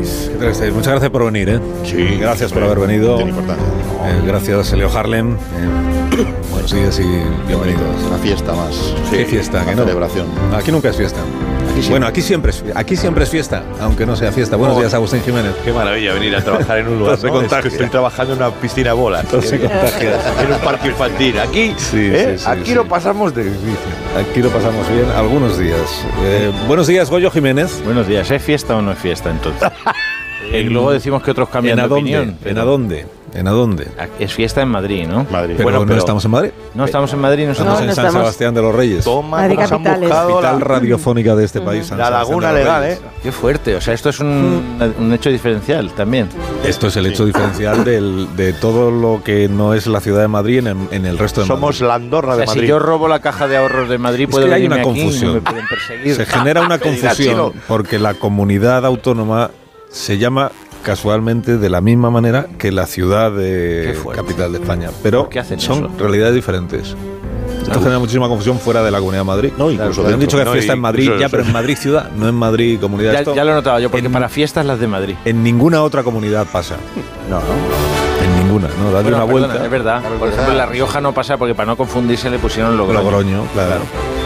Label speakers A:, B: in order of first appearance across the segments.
A: 736. Muchas gracias por venir, ¿eh?
B: Sí,
A: Gracias por
B: hombre,
A: haber venido.
B: tiene importancia.
A: Eh, gracias, Leo Harlem. Eh, buenos días y bienvenidos.
B: Una fiesta más.
A: Qué fiesta,
B: una
A: que no.
B: celebración.
A: Aquí nunca es fiesta.
B: siempre.
A: bueno, aquí siempre es, aquí siempre es fiesta, aunque no sea fiesta. Buenos días, Agustín Jiménez.
C: Qué maravilla venir a trabajar en un lugar.
A: Entonces
C: ¿no?
A: contagia.
C: Es que estoy trabajando en una piscina de bolas.
A: Entonces contagia.
C: En un parque infantil. Aquí,
A: Sí,
C: ¿eh?
A: sí, sí,
C: aquí
A: sí.
C: lo pasamos de vicio.
A: Aquí lo pasamos bien algunos días. Eh, buenos días, Goyo Jiménez.
D: Buenos días, ¿es fiesta o no es fiesta entonces? y luego decimos que otros cambian
A: ¿En
D: de
A: adonde?
D: opinión.
A: ¿En adonde? ¿En adonde?
D: Es fiesta en Madrid, ¿no?
B: Madrid.
A: Pero
D: Bueno,
A: no
D: pero-
A: estamos en Madrid.
D: No estamos en Madrid,
A: Estamos
D: nosotros
A: en
E: no
A: San
E: estamos.
A: Sebastián de los Reyes.
C: Toma,
E: Madre
C: cómo se han
E: capitales.
C: buscado
A: Capital
C: la,
A: radiofónica de este país. San
C: la
A: Sebastián
C: laguna
A: de los
C: legal, ¿eh?
A: Reyes.
D: Qué fuerte, o sea, esto es un, un hecho diferencial también.
A: Esto es el hecho diferencial del- de todo lo que no es la ciudad de Madrid en, el- en el resto de
C: ¿eh? Somos
A: Madrid.
C: la Andorra
D: O
C: de
D: sea, si
C: Madrid.
D: yo robo la caja de ahorros de Madrid,
A: Es
D: puedo
A: que hay
D: venirme
A: una
D: aquí y
A: confusión.
D: no me pueden perseguir.
A: Se genera una
C: Pedir
A: confusión
C: asilo.
A: porque la comunidad autónoma se llama casualmente de la misma manera que la ciudad de
D: Qué fuerte.
A: capital de España, pero
D: ¿Por qué hacen
A: son
D: eso?
A: realidades diferentes. Esto genera muchísima confusión fuera de la Comunidad de Madrid.
B: No, incluso
A: Claro, te han
B: dentro.
A: dicho que es
C: No,
A: fiesta
C: y-
A: en Madrid,
C: incluso
A: ya,
C: eso.
A: pero en Madrid ciudad, no en Madrid comunidad.
D: Ya,
A: Esto
D: ya lo notaba yo, porque para fiestas las de Madrid.
A: en ninguna otra comunidad pasa.
B: No, no.
A: En ninguna, ¿no? Dale
D: Bueno,
A: una
D: perdona,
A: vuelta.
D: Es verdad. Por ejemplo, en La Rioja no pasa porque para no confundirse le pusieron Logroño.
A: Logroño, claro.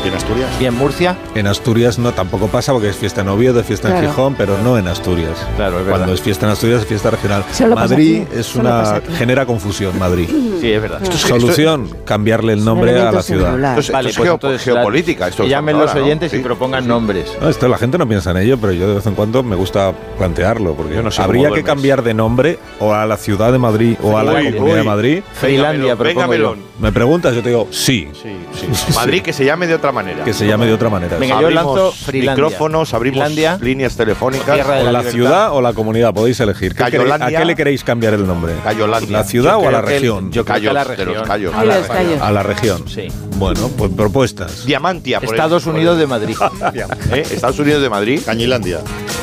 B: ¿Y en Asturias?
D: Y en Murcia,
A: En Asturias no, tampoco pasa porque es fiesta en Oviedo, es fiesta en
E: Claro.
A: Gijón, pero no en Asturias.
D: Claro, es verdad.
A: Cuando es fiesta en Asturias es fiesta regional.
E: Solo pasa
A: Madrid
E: aquí,
A: es
E: solo pasa
A: una
E: aquí.
A: genera confusión. Madrid.
C: Mm.
D: sí, es verdad.
A: Solución: cambiarle el nombre a la
E: Elemento
A: ciudad.
E: singular.
C: Entonces,
D: Vale,
C: esto es
D: pues
C: geo-
D: entonces,
C: geopolítica.
D: la-
C: Esto
D: que
C: es
D: llamen los
C: ahora, ¿no?
D: oyentes
C: Sí.
D: y propongan nombres.
A: No, esto la gente no piensa en ello, pero yo de vez en cuando me gusta plantearlo porque
C: Yo no sé cómo
A: habría que
C: duermes.
A: cambiar de nombre o a la ciudad de Madrid o a la
C: Uy,
A: comunidad
C: uy.
A: de Madrid.
D: Finlandia,
C: venga,
D: propongo yo.
C: Melón.
A: Me preguntas, yo te digo sí,
B: Sí, sí.
C: Madrid que se llame de otra manera.
A: que se llame de otra manera.
D: Venga, yo
C: Abrimos
D: lanzo Frilandia.
C: micrófonos, abrimos
D: Frilandia.
C: líneas telefónicas.
D: Tierra de
A: O la
D: libertad.
A: ciudad o la comunidad, podéis elegir. ¿Qué queréis- ¿A
C: Cayolandia.
A: qué le queréis cambiar el nombre?
C: Cayolandia.
A: ¿La ciudad
D: Yo
A: o a la
D: creo que el-
A: región?
D: yo creo que
C: Callos,
D: a la
C: de
D: región.
C: los callos.
E: Ahí los callos.
C: Ah.
A: A la región.
D: Sí.
A: Bueno, pues propuestas.
C: Diamantia. por
D: Estados
C: el- por
D: Unidos
C: el-
D: de Madrid.
C: ¿Eh? Estados Unidos de Madrid.
B: Cañilandia.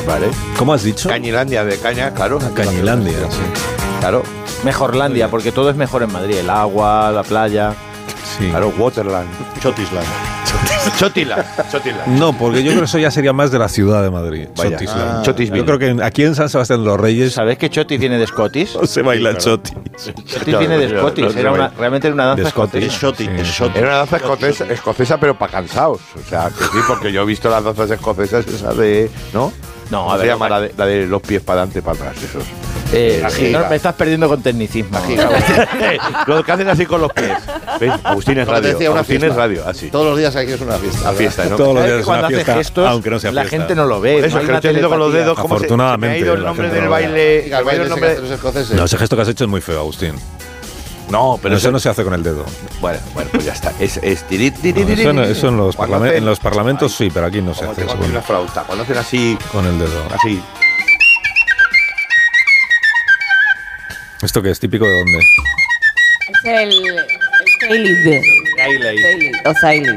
C: Vale.
A: ¿Cómo has dicho? Ah,
C: Cañilandia de caña, claro.
A: Cañilandia. Sí.
C: Claro,
D: Mejorlandia, porque todo es mejor en Madrid. El agua, la playa.
A: Sí.
C: claro, Waterland.
B: Chotisland.
C: Chotila, Chotila.
A: No, porque yo creo que eso ya sería más de la ciudad de Madrid.
C: Vaya.
A: Chotisland.
B: Ah,
C: Chotisville.
A: yo creo que en- aquí en San Sebastián de los Reyes
D: ¿Sabes que Choti viene de Scottish?
A: no se baila el
B: claro.
A: choti.
D: Choti viene de
C: no, no,
D: Scottish.
C: no,
D: Era
C: no,
D: una,
C: no.
D: realmente era una danza
A: De Scottish.
B: Es
D: escocesa.
B: Shoti.
A: Sí.
B: Es Shoti.
C: Era una danza escocesa, escocesa, pero para cansados. O sea, que sí, porque yo he visto las danzas escocesas, esa de. ¿No?
D: No, a
C: ¿Cómo
D: ver,
C: Se llama
D: otra.
C: la de, la de los pies para adelante y para atrás, esos.
D: Eh,
C: La
D: sí,
C: giga.
D: no, me estás perdiendo con tecnicismo.
C: Lo que hacen así con los pies. ¿Ves? Agustín es
B: Como te
C: radio.
B: decía, una
C: Agustín
B: fiesta.
C: es radio, así.
B: Todos los días aquí es una fiesta.
C: La
B: ¿verdad?
C: fiesta, ¿no?
A: Todos los
D: ¿Sabes
A: días
D: que
A: es una
D: cuando hace
A: fiesta,
D: gestos,
A: aunque no sea
D: la
A: fiesta.
D: gente no lo ve.
C: Por
D: no
C: eso,
D: hay
C: que lo
D: una
C: estoy haciendo con los
D: telepatía.
C: dedos. como se-
A: Afortunadamente,
C: Se, me ha ido el
A: la
C: nombre
A: gente
C: del
A: no lo ve.
C: baile.
B: Diga, bailes
C: el baile del
B: que hacen los
C: nombre-
B: escoceses.
A: No, ese gesto que has hecho es muy feo, Agustín.
C: No,
A: Pero
C: pero
A: eso
C: eso
A: no se hace con el dedo.
C: Bueno, bueno, pues ya está. Es, es tiri, tiri,
A: No,
C: tiri,
A: eso, no-
C: tiri.
A: eso en, los
C: Cuando
A: parlamen-
C: hacen-
A: en los parlamentos sí, pero aquí no se
C: Como
A: hace
C: tengo
A: eso
C: aquí una
A: con,
C: flauta. Cuando hacen así,
A: con el dedo.
C: así.
A: ¿Esto que es típico de dónde?
E: Es el. el Sailing de- Sailing, O Sailing.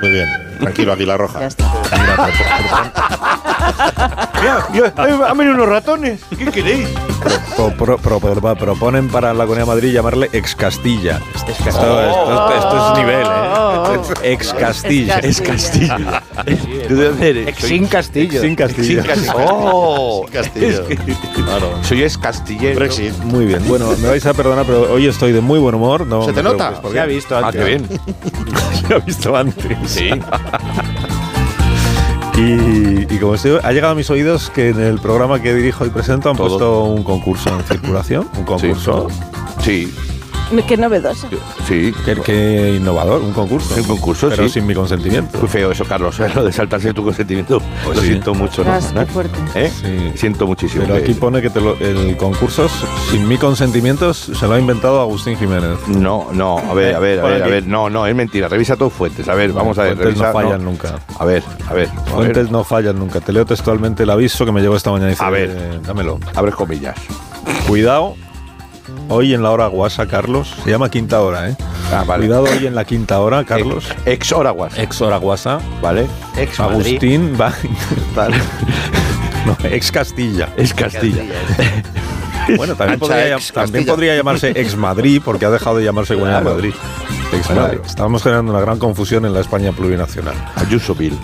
B: Muy bien. Tranquilo, Águila
E: Ya
B: Roja.
E: está.
C: Mira, yo- eh, han venido unos ratones. ¿Qué queréis?
A: Pro- pro- pro- pro- proponen para la Comunidad de Madrid llamarle ex Castilla. Esto, esto- esto es nivel, ¿eh? Ex Castilla.
E: Es Castilla.
C: ¿De dónde eres?
D: Exin Castillo.
A: Sin Castilla.
C: Castilla. ¡Oh!
B: Castillo. Claro.
C: Soy es castillero.
B: Brexit.
A: Muy bien. Bueno, me vais a perdonar, pero hoy estoy de muy buen humor. No
B: ¿Se te
A: me
B: nota?
A: preocupéis, porque
D: Se ha visto
C: Ah,
D: antes.
C: qué bien.
A: ya he visto antes.
C: Sí.
A: Y, y como estoy- ha llegado a mis oídos que en el programa que dirijo y presento han
C: Todo.
A: puesto un concurso en circulación. Un concurso.
C: Sí.
E: Qué novedosa.
C: Sí.
A: Qué, qué innovador, un concurso.
C: Un concurso,
A: Pero
C: sí.
A: sin mi consentimiento.
C: Muy feo eso, Carlos. ¿eh? Lo de saltarse tu consentimiento.
A: Pues
C: Lo
A: sí.
C: siento mucho. ¿no?
E: Ostras, qué fuerte.
C: ¿Eh?
A: Sí.
C: Siento muchísimo.
A: Pero
C: que-
A: aquí pone que te lo- el concurso, s- sin mi consentimiento, s- se lo ha inventado Agustín Jiménez.
C: No, no, a
A: Eh,
C: ver, a ver, a
D: Por
C: ver, a
D: aquí.
C: ver. No, no, es mentira. Revisa tus fuentes. A ver, vamos a ver.
A: Fuentes
C: revisa,
A: no fallan nunca.
C: A ver, a ver. a ver.
A: Fuentes no fallan nunca. Te leo textualmente el aviso que me llegó esta mañana. y Dice,
C: A ver.
A: eh, dámelo.
C: Abre comillas.
A: Cuidado. Hoy en la hora guasa, Carlos. Se llama quinta hora, ¿eh?
C: Ah, vale.
A: Cuidado hoy en la quinta hora, Carlos. Eh,
C: Ex Oraguas.
A: Ex hora guasa.
C: ¿Vale?
D: Ex Madrid.
A: Agustín va a intentar. No, ex Castilla.
C: Es Castilla.
A: Bueno, también,
B: Ancha
A: podría,
B: ex
A: llam- también
B: Castilla.
A: podría llamarse ex Madrid porque ha dejado de llamarse Comunidad de
C: Claro.
A: Madrid. Ex
C: Claro.
A: Madrid. Estamos generando una gran confusión en la España plurinacional.
C: Ayuso Bill.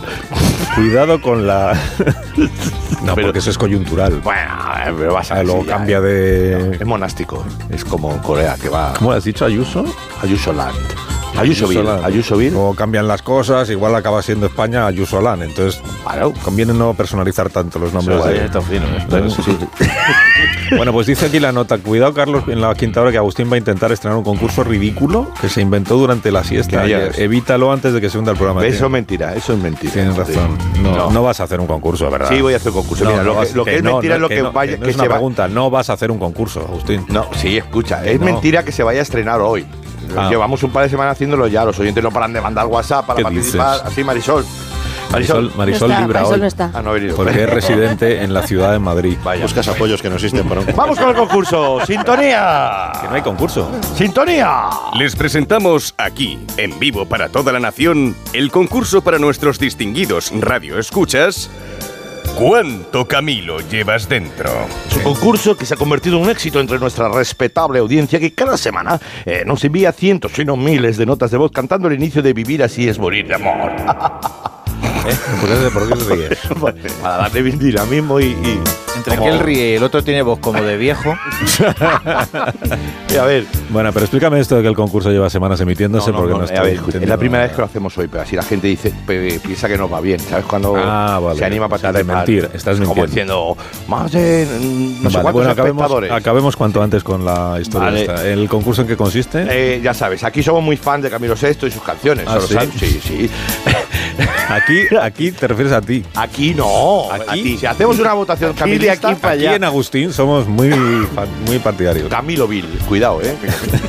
A: Cuidado con la. no, porque eso es coyuntural.
C: Bueno, eh, pero vas a
A: Ah,
C: ver
A: luego
C: si ya,
A: cambia
C: eh.
A: de.
C: Es monástico. eh. Es como Corea que va
D: ¿Cómo lo has dicho, Ayuso?
C: a Yusoland. Ayusoville.
A: Ayusoland.
C: Ayusoville.
A: Luego cambian las cosas, igual acaba siendo España Ayuso Lan. Entonces,
C: Claro.
A: conviene no personalizar tanto los nombres.
D: Sí,
A: de-
D: está fino, está-
A: Bueno, pues dice aquí la nota. Cuidado, Carlos, en la quinta hora que Agustín va a intentar estrenar un concurso ridículo que se inventó durante la siesta.
C: Que ya
A: ayer.
C: ves.
A: Evítalo antes de que se hunda el programa.
C: Eso es
A: Tienes-
C: mentira, eso es mentira.
A: Tienes
C: Sí.
A: razón. No, no vas a hacer un concurso, ¿verdad?
C: Sí, voy a hacer concurso.
A: No,
C: Mira,
A: no
C: lo, que,
A: vas-
C: lo que es
A: no,
C: mentira
A: no,
C: es lo que,
A: no,
C: vaya,
A: no
C: que
A: es una
C: se va.
A: pregunta. No vas a hacer un concurso, Agustín.
C: No, sí, escucha, es
A: No.
C: mentira que se vaya a estrenar hoy.
A: Ah.
C: Llevamos un par de semanas haciéndolo ya, los oyentes no paran de mandar WhatsApp para
A: ¿Qué
C: participar.
A: dices?
C: Así, Marisol.
A: Marisol, Marisol
E: no está,
A: libra
E: Marisol
A: hoy.
E: no está.
C: Ah, no ha venido.
A: Porque es residente en la ciudad de Madrid.
C: Vaya.
B: Buscas apoyos que no existen para un
C: Vamos con el concurso.
A: Que
C: Sintonía.
A: no hay concurso.
C: Sintonía.
F: Les presentamos aquí, en vivo para toda la nación, el concurso para nuestros distinguidos radioescuchas. ¿Cuánto Camilo llevas dentro?
C: Es un concurso que se ha convertido en un éxito entre nuestra respetable audiencia que cada semana eh, nos envía cientos, si no miles, de notas de voz cantando el inicio de Vivir así es morir de amor. Ah,
A: ¿Eh? ¿Por qué, por qué te ríes?
C: pues, Para darle bien dinamismo y, y-
D: Entre
C: Como-
D: que él ríe y el otro tiene voz como de viejo.
C: y Eh, a ver.
A: Bueno, pero explícame esto de que el concurso lleva semanas emitiéndose
C: no,
A: porque
C: no,
A: no,
C: no,
A: estoy
C: a ver, es
A: entendiendo
C: la primera
A: nada.
C: vez que lo hacemos hoy, pero así la gente dice, pe- piensa que nos va bien, ¿sabes? Cuando
A: Ah, vale.
C: se anima a
A: O sea,
C: participar.
A: de mentir, estás
C: Como
A: mintiendo.
C: diciendo, más de mm, no sé
A: Vale,
C: cuántos
A: bueno, acabemos,
C: espectadores.
A: acabemos cuanto antes con la historia.
C: Vale.
A: esta. ¿El concurso en qué consiste?
C: Eh, ya sabes, aquí somos muy fans de Camilo Sexto y sus canciones.
A: Ah,
C: ¿lo
A: ¿sí?
C: sabes? sí, sí.
A: Aquí, aquí te refieres a ti.
C: Aquí no.
A: Aquí.
C: a ti. Si hacemos una votación camilista,
D: aquí pa'
A: Aquí
D: allá.
A: en Agustín somos muy, fan- muy partidarios.
C: Camilo Bill, cuidado, ¿eh?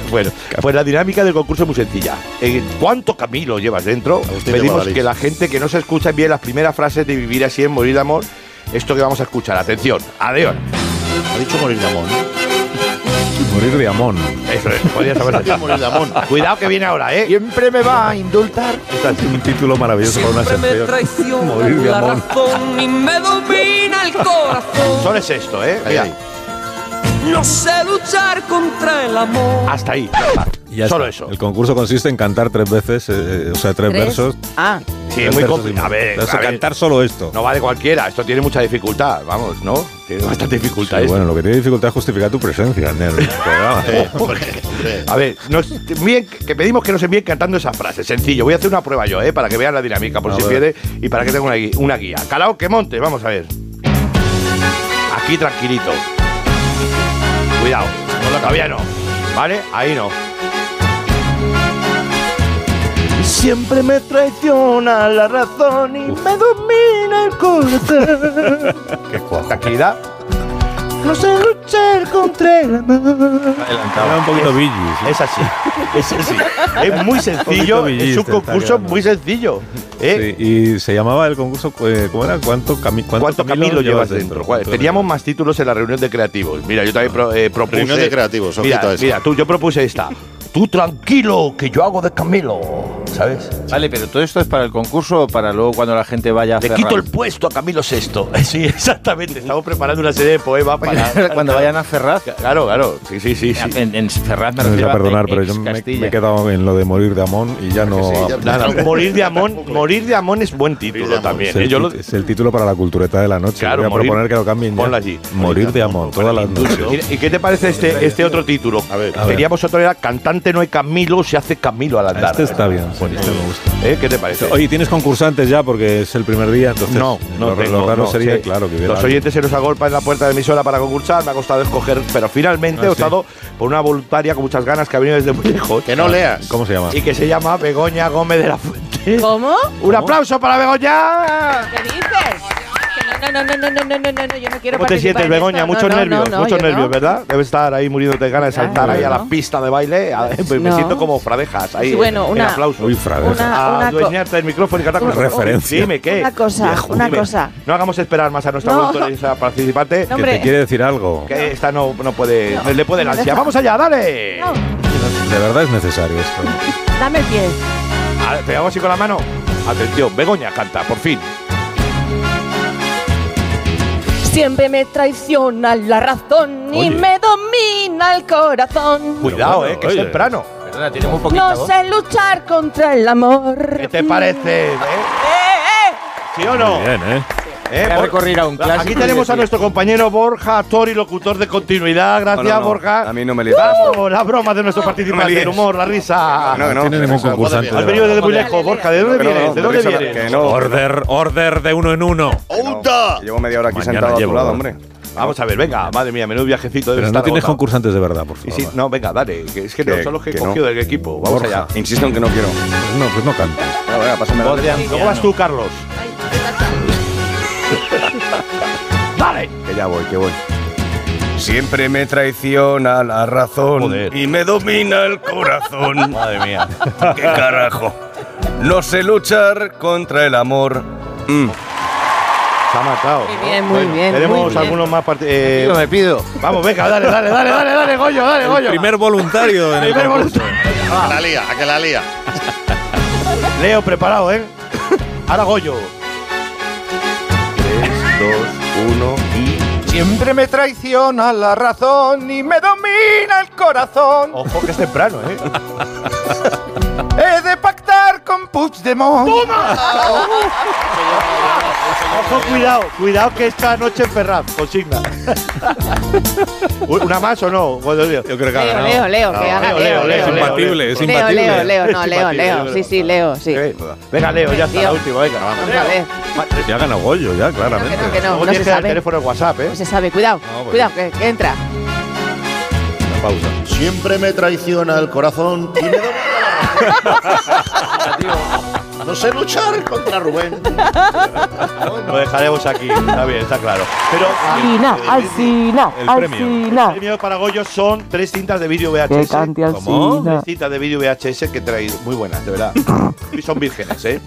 C: bueno, pues la dinámica del concurso es muy sencilla. Eh, ¿Cuánto Camilo llevas dentro?
B: Agustín de
C: Pedimos
B: Guadalix.
C: que la gente que no se escucha envíe las primeras frases de Vivir así en Morir de Amor. Esto que vamos a escuchar, atención, adiós.
B: Ha dicho morir de amor.
A: Morir de amón.
C: Eso es, podrías haberlo hecho.
B: Morir de amor.
C: Cuidado que viene ahora, ¿eh?
D: Siempre me va a indultar.
A: Un título maravilloso para una
G: Siempre me
A: sección.
G: traiciona
A: Morir de
G: la
A: amor.
G: razón y me domina el corazón.
C: Solo es esto, ¿eh?
B: Ahí,
C: Mira,
B: ahí.
G: No sé luchar contra el amor.
C: hasta ahí. ya está.
A: Y ya
C: Solo
A: está.
C: eso.
A: El concurso consiste en cantar tres veces, eh, eh, o sea, tres,
E: ¿Tres?
A: versos.
E: Ah,
C: Sí,
A: Tres
C: es muy
A: versos y-
C: complicado. A ver,
A: O sea,
C: a ver,
A: cantar solo esto.
C: No vale cualquiera, esto tiene mucha dificultad, vamos, ¿no? Tiene bastante dificultad
A: Sí,
C: esto.
A: bueno, lo que tiene dificultad es justificar tu presencia en el programa.
B: eh,
C: A ver, nos envíen- que pedimos que nos envíen cantando esas frases. Sencillo, voy a hacer una prueba yo, ¿eh? Para que vean la dinámica, por
A: A
C: si
A: ver.
C: pierde y para que tenga una, gui- una guía. Calao que monte, vamos a ver. Aquí tranquilito. Cuidado, no, todavía no. ¿Vale? Ahí no. Siempre me traiciona la razón y me domina el corazón.
A: Qué cuajo.
C: Tranquilidad. No sé luchar contra el amor.
A: Era un poquito billis.
C: Es así, es así. Es muy
A: Un
C: sencillo,
A: poquito
C: es un
A: billista, está
C: concurso
A: quedando.
C: muy sencillo. ¿eh?
A: Sí, y se llamaba el concurso, eh, ¿cómo era? ¿Cuánto, cami-
C: ¿Cuánto Camilo llevas dentro? Juan? Teníamos más títulos en la reunión de creativos. Mira, yo también pro- eh, propuse.
B: Reunión de creativos,
C: mira,
B: ojito a eso.
C: mira, tú, yo propuse esta. Tú tranquilo, que yo hago de Camilo, ¿sabes?
D: Vale, pero todo esto es para el concurso o para luego cuando la gente vaya a
C: Le
D: cerrar?
C: quito el puesto a Camilo VI. Sí, exactamente. Estamos preparando una serie de poemas para.
D: cuando vayan a Ferraz.
C: Claro, claro. Sí, sí, sí. sí.
D: En, en Ferraz me
A: No me
D: refiero
A: a
D: a
A: perdonar, pero
D: ex
A: yo me, me
D: Castilla.
A: he quedado en lo de morir de amón y ya no.
B: Sí, ya-
C: Nada, morir de Amón, morir de Amón es buen
B: Morir de Amón.
C: título
A: es,
C: también. ¿eh?
A: el,
C: Yo lo-
A: tit- es el título para la cultureta de la noche.
C: Claro,
A: Voy a
C: morir-
A: proponer que lo cambien ya.
C: ponlo allí.
A: Morir de amón, todas las noches.
C: ¿Y, y qué te parece este, este otro título?
B: A ver.
A: A ver.
C: Teníamos otro era Cantante no hay Camilo, se hace Camilo al andar.
A: Este está bien, sí, este me gusta.
C: ¿Eh? ¿Qué te parece?
A: Oye, ¿tienes concursantes ya? Porque es el primer día, entonces.
C: no, no
A: lo,
C: tengo,
A: lo raro
C: no,
A: sería,
C: sí.
A: claro, que hubiera
C: Los
A: alguien.
C: oyentes se nos agolpan en la puerta de la emisora para concursar, me ha costado escoger, pero finalmente
A: Ah,
C: he
A: sí.
C: optado por una voluntaria con muchas ganas que ha venido desde muy lejos
B: Que no leas.
A: ¿Cómo se llama?
C: y que se llama Begoña Gómez de la Fuente.
E: ¿cómo?
C: ¡Un aplauso para Begoña!
E: ¿Qué dices? Que No, no, no, no, no, no, no, no, no, yo no quiero
C: ¿Cómo te
E: participar
C: sientes,
E: en
C: Begoña?
E: esto.
C: Muchos
E: No, no,
C: nervios,
E: no, no,
C: muchos
E: yo
C: nervios,
E: no.
C: ¿verdad? Debes estar ahí muriéndote de ganas de
E: Claro,
C: saltar ahí a la
E: no.
C: pista de baile. A- Me
E: No.
C: siento como fradejas ahí.
E: Sí, bueno,
C: en
E: una-
C: aplauso.
A: Uy, Fradejas.
E: Una-
C: a
E: una co-
C: adueñarte del micrófono y cantar con
E: Una
C: nosotros.
A: referencia.
C: Dime qué.
E: Una cosa,
C: Viejo,
E: una
C: dime.
E: cosa.
C: No hagamos esperar más a nuestra
E: No.
C: voluntaria y a participante.
E: No,
A: ¿Que
E: hombre.
A: te quiere decir algo?
C: Que esta no, no puede.
E: No.
C: le puede el
E: No,
C: ansia.
E: deja.
C: Vamos allá, dale.
E: No,
A: De verdad es necesario esto.
E: dame el pie.
C: A ver, pegamos así con la mano. Atención, Begoña canta, por fin.
E: Siempre me traiciona la razón y
A: Oye.
E: me domina el corazón.
C: Cuidado,
A: bueno,
C: eh, que
A: oye.
C: es temprano.
D: Perdona, tiene muy poquita
E: No
D: voz.
E: sé luchar contra el amor.
C: ¿Qué te parece? eh?
E: Eh, eh,
C: ¿Sí o no?
A: Muy bien, ¿eh?
C: Eh,
H: Voy a
C: Bor-
H: recorrer a un clásico
C: Aquí
H: y
C: tenemos a
H: decir-
C: nuestro compañero Borja Tori, locutor de continuidad. Gracias,
F: No, no, no.
C: Borja.
F: A mí no me líes.
C: Vamos, la broma de nuestro
F: No me
C: participante,
F: líes.
C: el humor, la risa.
F: Ah, No, que no.
A: tiene ningún
B: Eso,
A: concursante.
B: joder,
C: Has
A: de
C: venido
A: verdad.
C: desde muy lejos, Borja. ¿De dónde
F: Que no,
C: vienes? ¿De
F: que
C: dónde
F: risa, Que
C: vienes?
A: Oh.
F: no.
A: Order, order de uno en uno.
F: que no.
B: ¡Onda!
F: Que Llevo media hora aquí
A: Mañana
F: sentado a
A: llevo,
F: tu lado,
A: ¿verdad?
F: hombre.
C: Vamos a ver, venga, madre mía, menudo viajecito. debe
A: Pero
C: estar
A: no tienes
C: agotado.
A: concursantes de verdad, por
C: Y
A: favor.
C: sí, no, venga, dale. que Es que no,
F: Que-
C: son los que he
F: que no.
C: cogido del equipo. Vamos
A: Borja.
C: allá.
F: Insisto en que no quiero.
A: No, pues no cantes.
F: Venga, venga, pásame la letra.
C: Podrían- ¿Cómo vas tú, Carlos?
E: Ay, qué fatal.
C: ¡Dale!
F: Que ya voy, que voy. Siempre me traiciona la razón
C: Joder.
F: y me domina el corazón.
D: Madre mía.
F: ¡Qué carajo! No sé luchar contra el amor. Mm.
C: Se ha matado.
E: Muy
C: ¿no?
E: bien, muy bien,
C: Tenemos
E: muy bien.
C: algunos más part- eh,
H: Yo me pido.
C: Vamos, venga, dale, dale, dale, dale, dale, Goyo, dale, Goyo.
A: Primer voluntario en el
C: Primer
A: concurso.
B: A la lía, a Ah, que la lía.
C: Leo, preparado, ¿eh? Ahora Goyo.
F: 3, 2, 1 y.
H: Siempre me traiciona la razón y me domina el corazón.
C: Ojo que es temprano, ¿eh?
H: He de pactar con Puigdemont.
C: Ojo, cuidado, cuidado que esta noche en Ferraz, consigna. ¿Una más o no? Goyo, Leo.
A: Yo creo que ha
E: Leo,
A: ganado.
E: Leo, Leo, que haga
C: Leo,
E: Ah, Leo,
C: Leo,
A: Es
E: Leo. Leo,
A: imbatible, es
E: Leo,
A: imbatible.
E: Leo, Leo, no,
C: Es
E: Leo,
C: imbatible,
E: Leo.
C: es
E: Sí, sí, Leo, sí.
C: Eh, Venga, Leo, ya está,
E: Tío.
C: la última, venga. Vamos
E: Vamos a ver.
A: Ya ha ganado Goyo, ya, claramente.
E: Que no, que no,
C: Luego
E: no
C: tienes
E: se
C: que dar
E: sabe.
C: teléfono en WhatsApp, ¿eh?
E: No se sabe, cuidado,
A: bueno.
E: cuidado, que, que entra.
A: Una pausa.
B: Siempre me traiciona el corazón y me domina la razón. No sé luchar contra Rubén.
C: Lo dejaremos aquí, está bien, está claro. Pero eh,
G: Alcina,
A: El premio.
C: el premio para Goyo son tres cintas de vídeo VHS.
A: ¿Cómo?
C: Tres cintas de vídeo VHS que traéis muy buenas, de verdad. y son vírgenes, ¿eh?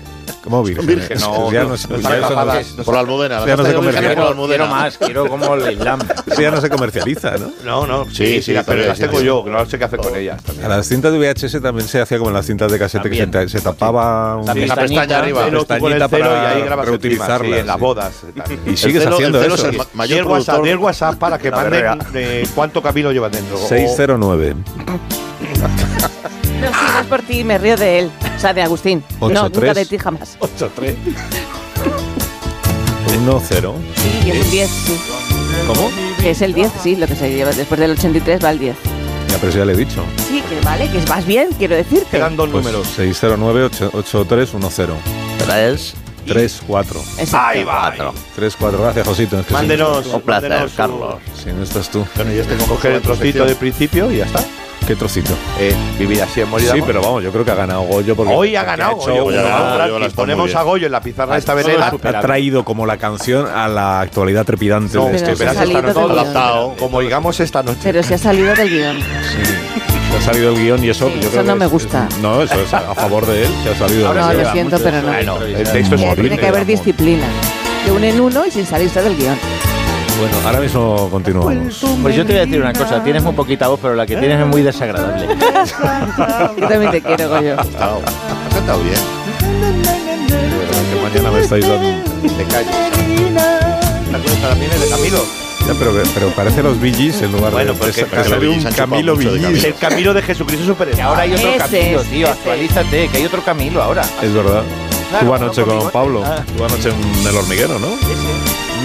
A: ¿Cómo virgen?
B: virgen,
A: no, ya no, se-
C: no
A: ya
C: están
A: eso no-
C: tapadas.
B: Por la almudena.
A: Ya no se
B: Yo dije
A: comercializa.
B: por la
H: Quiero
B: almudena.
H: más, quiero como el Islam.
A: eso ya no se comercializa, ¿no?
C: No, no,
B: Sí, sí,
C: las- pero
B: todavía
C: las
B: sí,
C: tengo
B: sí.
C: yo, que no sé qué hacer con ellas también.
A: A las cintas de VHS también se hacía como en las cintas de casete que se, ta- se tapaba un-
H: También.
B: La
H: Pestañita.
B: pestaña arriba.
C: Celo, tú con el
A: pestañita
C: celo y
A: para
C: ahí grabas encima,
A: reutilizarla,
C: sí, en las
A: sí.
C: bodas. y tal.
A: Y sigues
B: celo- el
A: haciendo
B: celo
A: eso.
B: es el ma-
C: Y
B: mayor
C: el WhatsApp,
B: productor.
C: y el WhatsApp para que
F: La
C: manden
F: verdad.
C: eh, cuánto camino lleva dentro. O-
A: 609
E: No, sí, no es por ti, me río de él. O sea, de Agustín.
A: Ocho,
E: no, nunca
A: tres.
E: de ti jamás.
A: 10
E: Sí, y es un 10, sí.
A: ¿Cómo?
E: Que es el 10, sí, lo que se lleva. Después del 83 va el 10.
A: Ya, pero eso ya le he dicho.
E: Sí, que vale, que vas bien, quiero decirte.
C: Quedan dos
A: Pues
C: números.
A: 609-8310.
H: Traes.
A: 34.
E: Exacto.
C: Ahí va. ahí.
A: 34. Gracias, Josito. Es que si-
C: Mándenos.
H: Un placer,
C: mándenos su-
H: Carlos.
A: Si no estás tú.
B: Bueno, yo tengo que
C: Coger el trocito del principio y ya está.
A: ¿Qué trocito?
C: Eh, vivir así en morir. de
A: Sí,
C: amor.
A: pero vamos, yo creo que ha ganado Goyo porque.
C: Hoy ha
A: porque
C: ganado.
A: hecho una-
C: Goyo,
B: Goyo ha
C: ganado
B: ganado,
C: Frankie.
B: la está muy
C: Ponemos
B: bien.
C: a Goyo en la pizarra esta
A: ha,
C: venera.
A: ha traído como la canción a la actualidad trepidante
C: No,
A: de
E: Pero
A: este
E: se ha
C: verás
A: verano.
E: salido
C: esta
E: del
C: noche.
E: guión.
B: Adaptado.
C: Como digamos esta noche.
E: Pero se ha salido del guión.
A: Sí. Se ha salido el guión y eso.
E: Sí,
A: yo
E: eso
A: creo que
E: no me
A: es-
E: gusta.
A: es- no, eso es a favor de él. Se ha salido
E: No,
A: del
E: lo
A: guión.
E: siento, pero no.
C: Bueno, el texto es
E: Que tiene
C: horrible.
E: que haber disciplina. De uno en uno y sin salirse del guión.
A: Bueno, ahora mismo continuamos.
H: Pues yo te voy a decir una cosa, tienes muy poquita voz, pero la que tienes es muy desagradable.
E: Yo también te quiero, Goyo.
B: Claro. Has cantado bien.
A: Que mañana me estáis dando.
B: Te calles.
C: La cosa también es de Camilo.
A: Ya, pero, pero parece los Bee Gees en lugar
C: Bueno,
A: de,
C: porque
A: de- de
B: Camilo
A: ser
B: Bee Gees
A: un
B: han chupado
A: Camilo
B: mucho de
A: Bee Gees.
C: El camino de Jesucristo
H: Que
C: superado.
H: ahora hay otro
E: Ese
H: Camilo,
E: es,
H: tío,
E: ese
H: actualízate, que hay otro Camilo ahora.
A: Es verdad.
H: Claro,
A: Tuvo
H: no
A: anoche
H: conmigo,
A: con
H: eh.
A: Pablo.
H: Ah.
A: Tuvo anoche en el hormiguero, ¿no? Un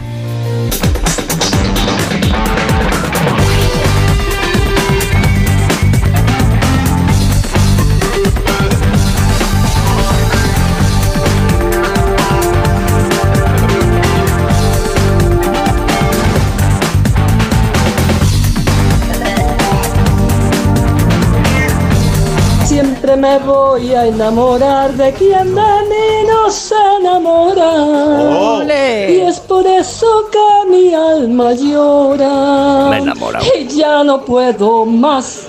G: Siempre me voy a enamorar de quien de mí no se enamora.
C: Eh.
G: Y
E: ¡Ole!
G: es por eso que mi alma llora.
H: Me he enamorado.
G: Y ya no puedo más.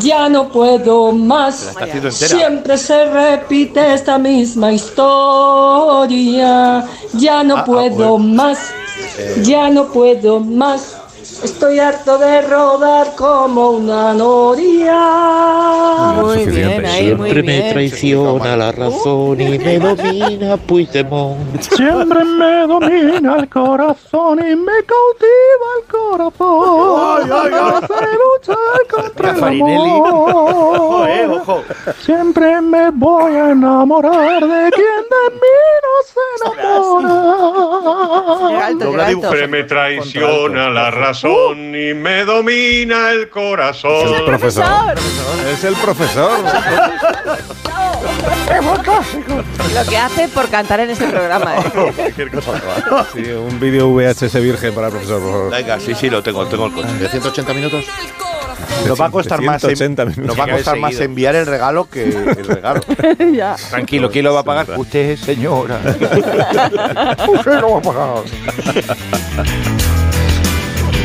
G: Ya no puedo más.
C: Está haciendo entera.
G: Siempre se repite esta misma
C: Ah, Eh.
G: historia. Ya no puedo más. Ya no puedo más. Estoy harto de rodar como una noria.
E: Muy
A: Suficiente.
E: bien, ahí, muy bien.
B: traiciona
I: la razón y me domina Puigdemont.
H: Siempre me domina el corazón y me cautiva el corazón. No sé luchar contra el
C: Farinelli.
H: amor.
C: eh, ojo.
H: Siempre me voy a enamorar de quien de mí no se
E: Llega
H: enamora.
E: alto, llega alto.
I: me traiciona la razón y me domina el
A: Es el
I: corazón.
A: profesor. Es el profesor.
E: Lo que hace por cantar en este programa. ¿eh?
A: Sí, un vídeo VHS virgen para el profesor, por favor.
C: Venga, sí, sí, lo tengo, tengo el coche.
B: ¿De 180 minutos?
C: Nos va a costar más, en-
A: 180 minutos.
C: nos va a costar más enviar el regalo que el regalo.
E: ya.
C: Tranquilo, ¿quién lo va a pagar? Usted, señora.
H: Usted lo va a pagar.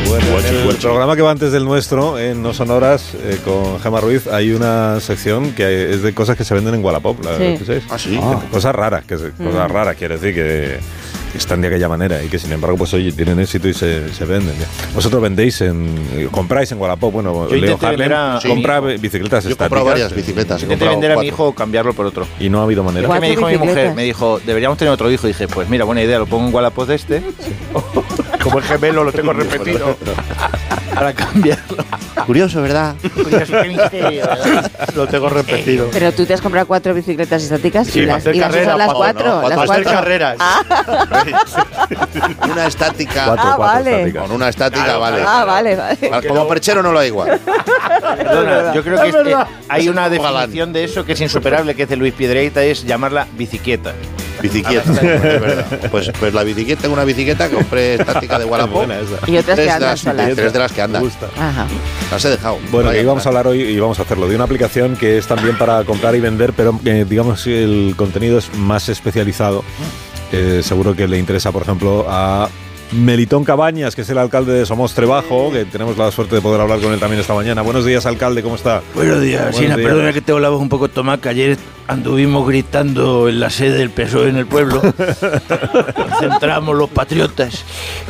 A: Bueno, en el programa que va antes del nuestro, en No Sonoras, eh, con Gemma Ruiz, hay una sección que es de cosas que se venden en Wallapop. ¿la
E: Sí. Mm.
A: conocéis?
B: Ah, sí.
A: Cosas raras, que se- cosas raras quiere decir que, que están de aquella manera y que sin embargo, pues oye, tienen éxito y se, se venden. Vosotros vendéis en. eh, compráis en Wallapop, bueno,
D: Yo
A: Leo
D: intenté vender
A: Harlem
D: a- sí.
A: compra bicicletas
B: Yo he comprado
A: estáticas
B: varias bicicletas. he
D: Intenté
B: comprado
D: vender a mi
B: cuatro.
D: hijo o cambiarlo por otro.
A: y no ha habido manera.
D: Es que me dijo mi mujer,
E: bicicletas.
D: me dijo, deberíamos tener otro hijo. Y dije, pues mira, buena idea, lo pongo en Wallapop de este
C: Como el gemelo lo tengo repetido.
D: para cambiarlo.
B: Curioso, ¿verdad?
E: Pues
C: Lo tengo repetido.
E: Pero tú te has comprado cuatro bicicletas estáticas
C: Sí,
E: y
C: para
E: las,
C: hacer
E: y las usas
C: carreras,
E: las
C: Paco,
E: cuatro.
B: ¿no? Para
E: las
C: Para hacer
E: cuatro.
C: carreras.
B: Una estática.
A: Cuatro,
E: Ah,
A: cuatro
E: vale.
A: estáticas.
B: Con una estática, vale.
E: Ah, vale, vale.
B: Vale, Como perchero no lo da igual.
D: Perdona, yo creo que este- hay una
B: Es un galán.
D: definición de eso que es insuperable, que es de Luis Piedreita, es llamarla bicicleta.
B: Bicicleta. es verdad. Pues, pues la bicicleta, tengo una bicicleta que compré estática de Wallapop.
A: ¿eh?
E: Y otras
B: Tres
E: que
B: de
E: andan
B: las-
E: solas.
B: Tres de las que andan.
E: Ajá.
B: Las he dejado.
A: Bueno,
B: Vaya,
A: que íbamos a hablar hoy y vamos a hacerlo de una aplicación que es también para comprar y vender, pero eh, digamos que el contenido es más especializado. Eh, seguro que le interesa, por ejemplo, a Melitón Cabañas, que es el alcalde de Somos Trebajo, que tenemos la suerte de poder hablar con él también esta mañana. Buenos días, alcalde, ¿cómo está?
J: Buenos días,
A: Buenos
J: Sina.
A: días.
J: Perdona que tengo la voz un poco tomaca. Ayer anduvimos gritando en la sede del PSOE E en el pueblo. Nos Centramos los patriotas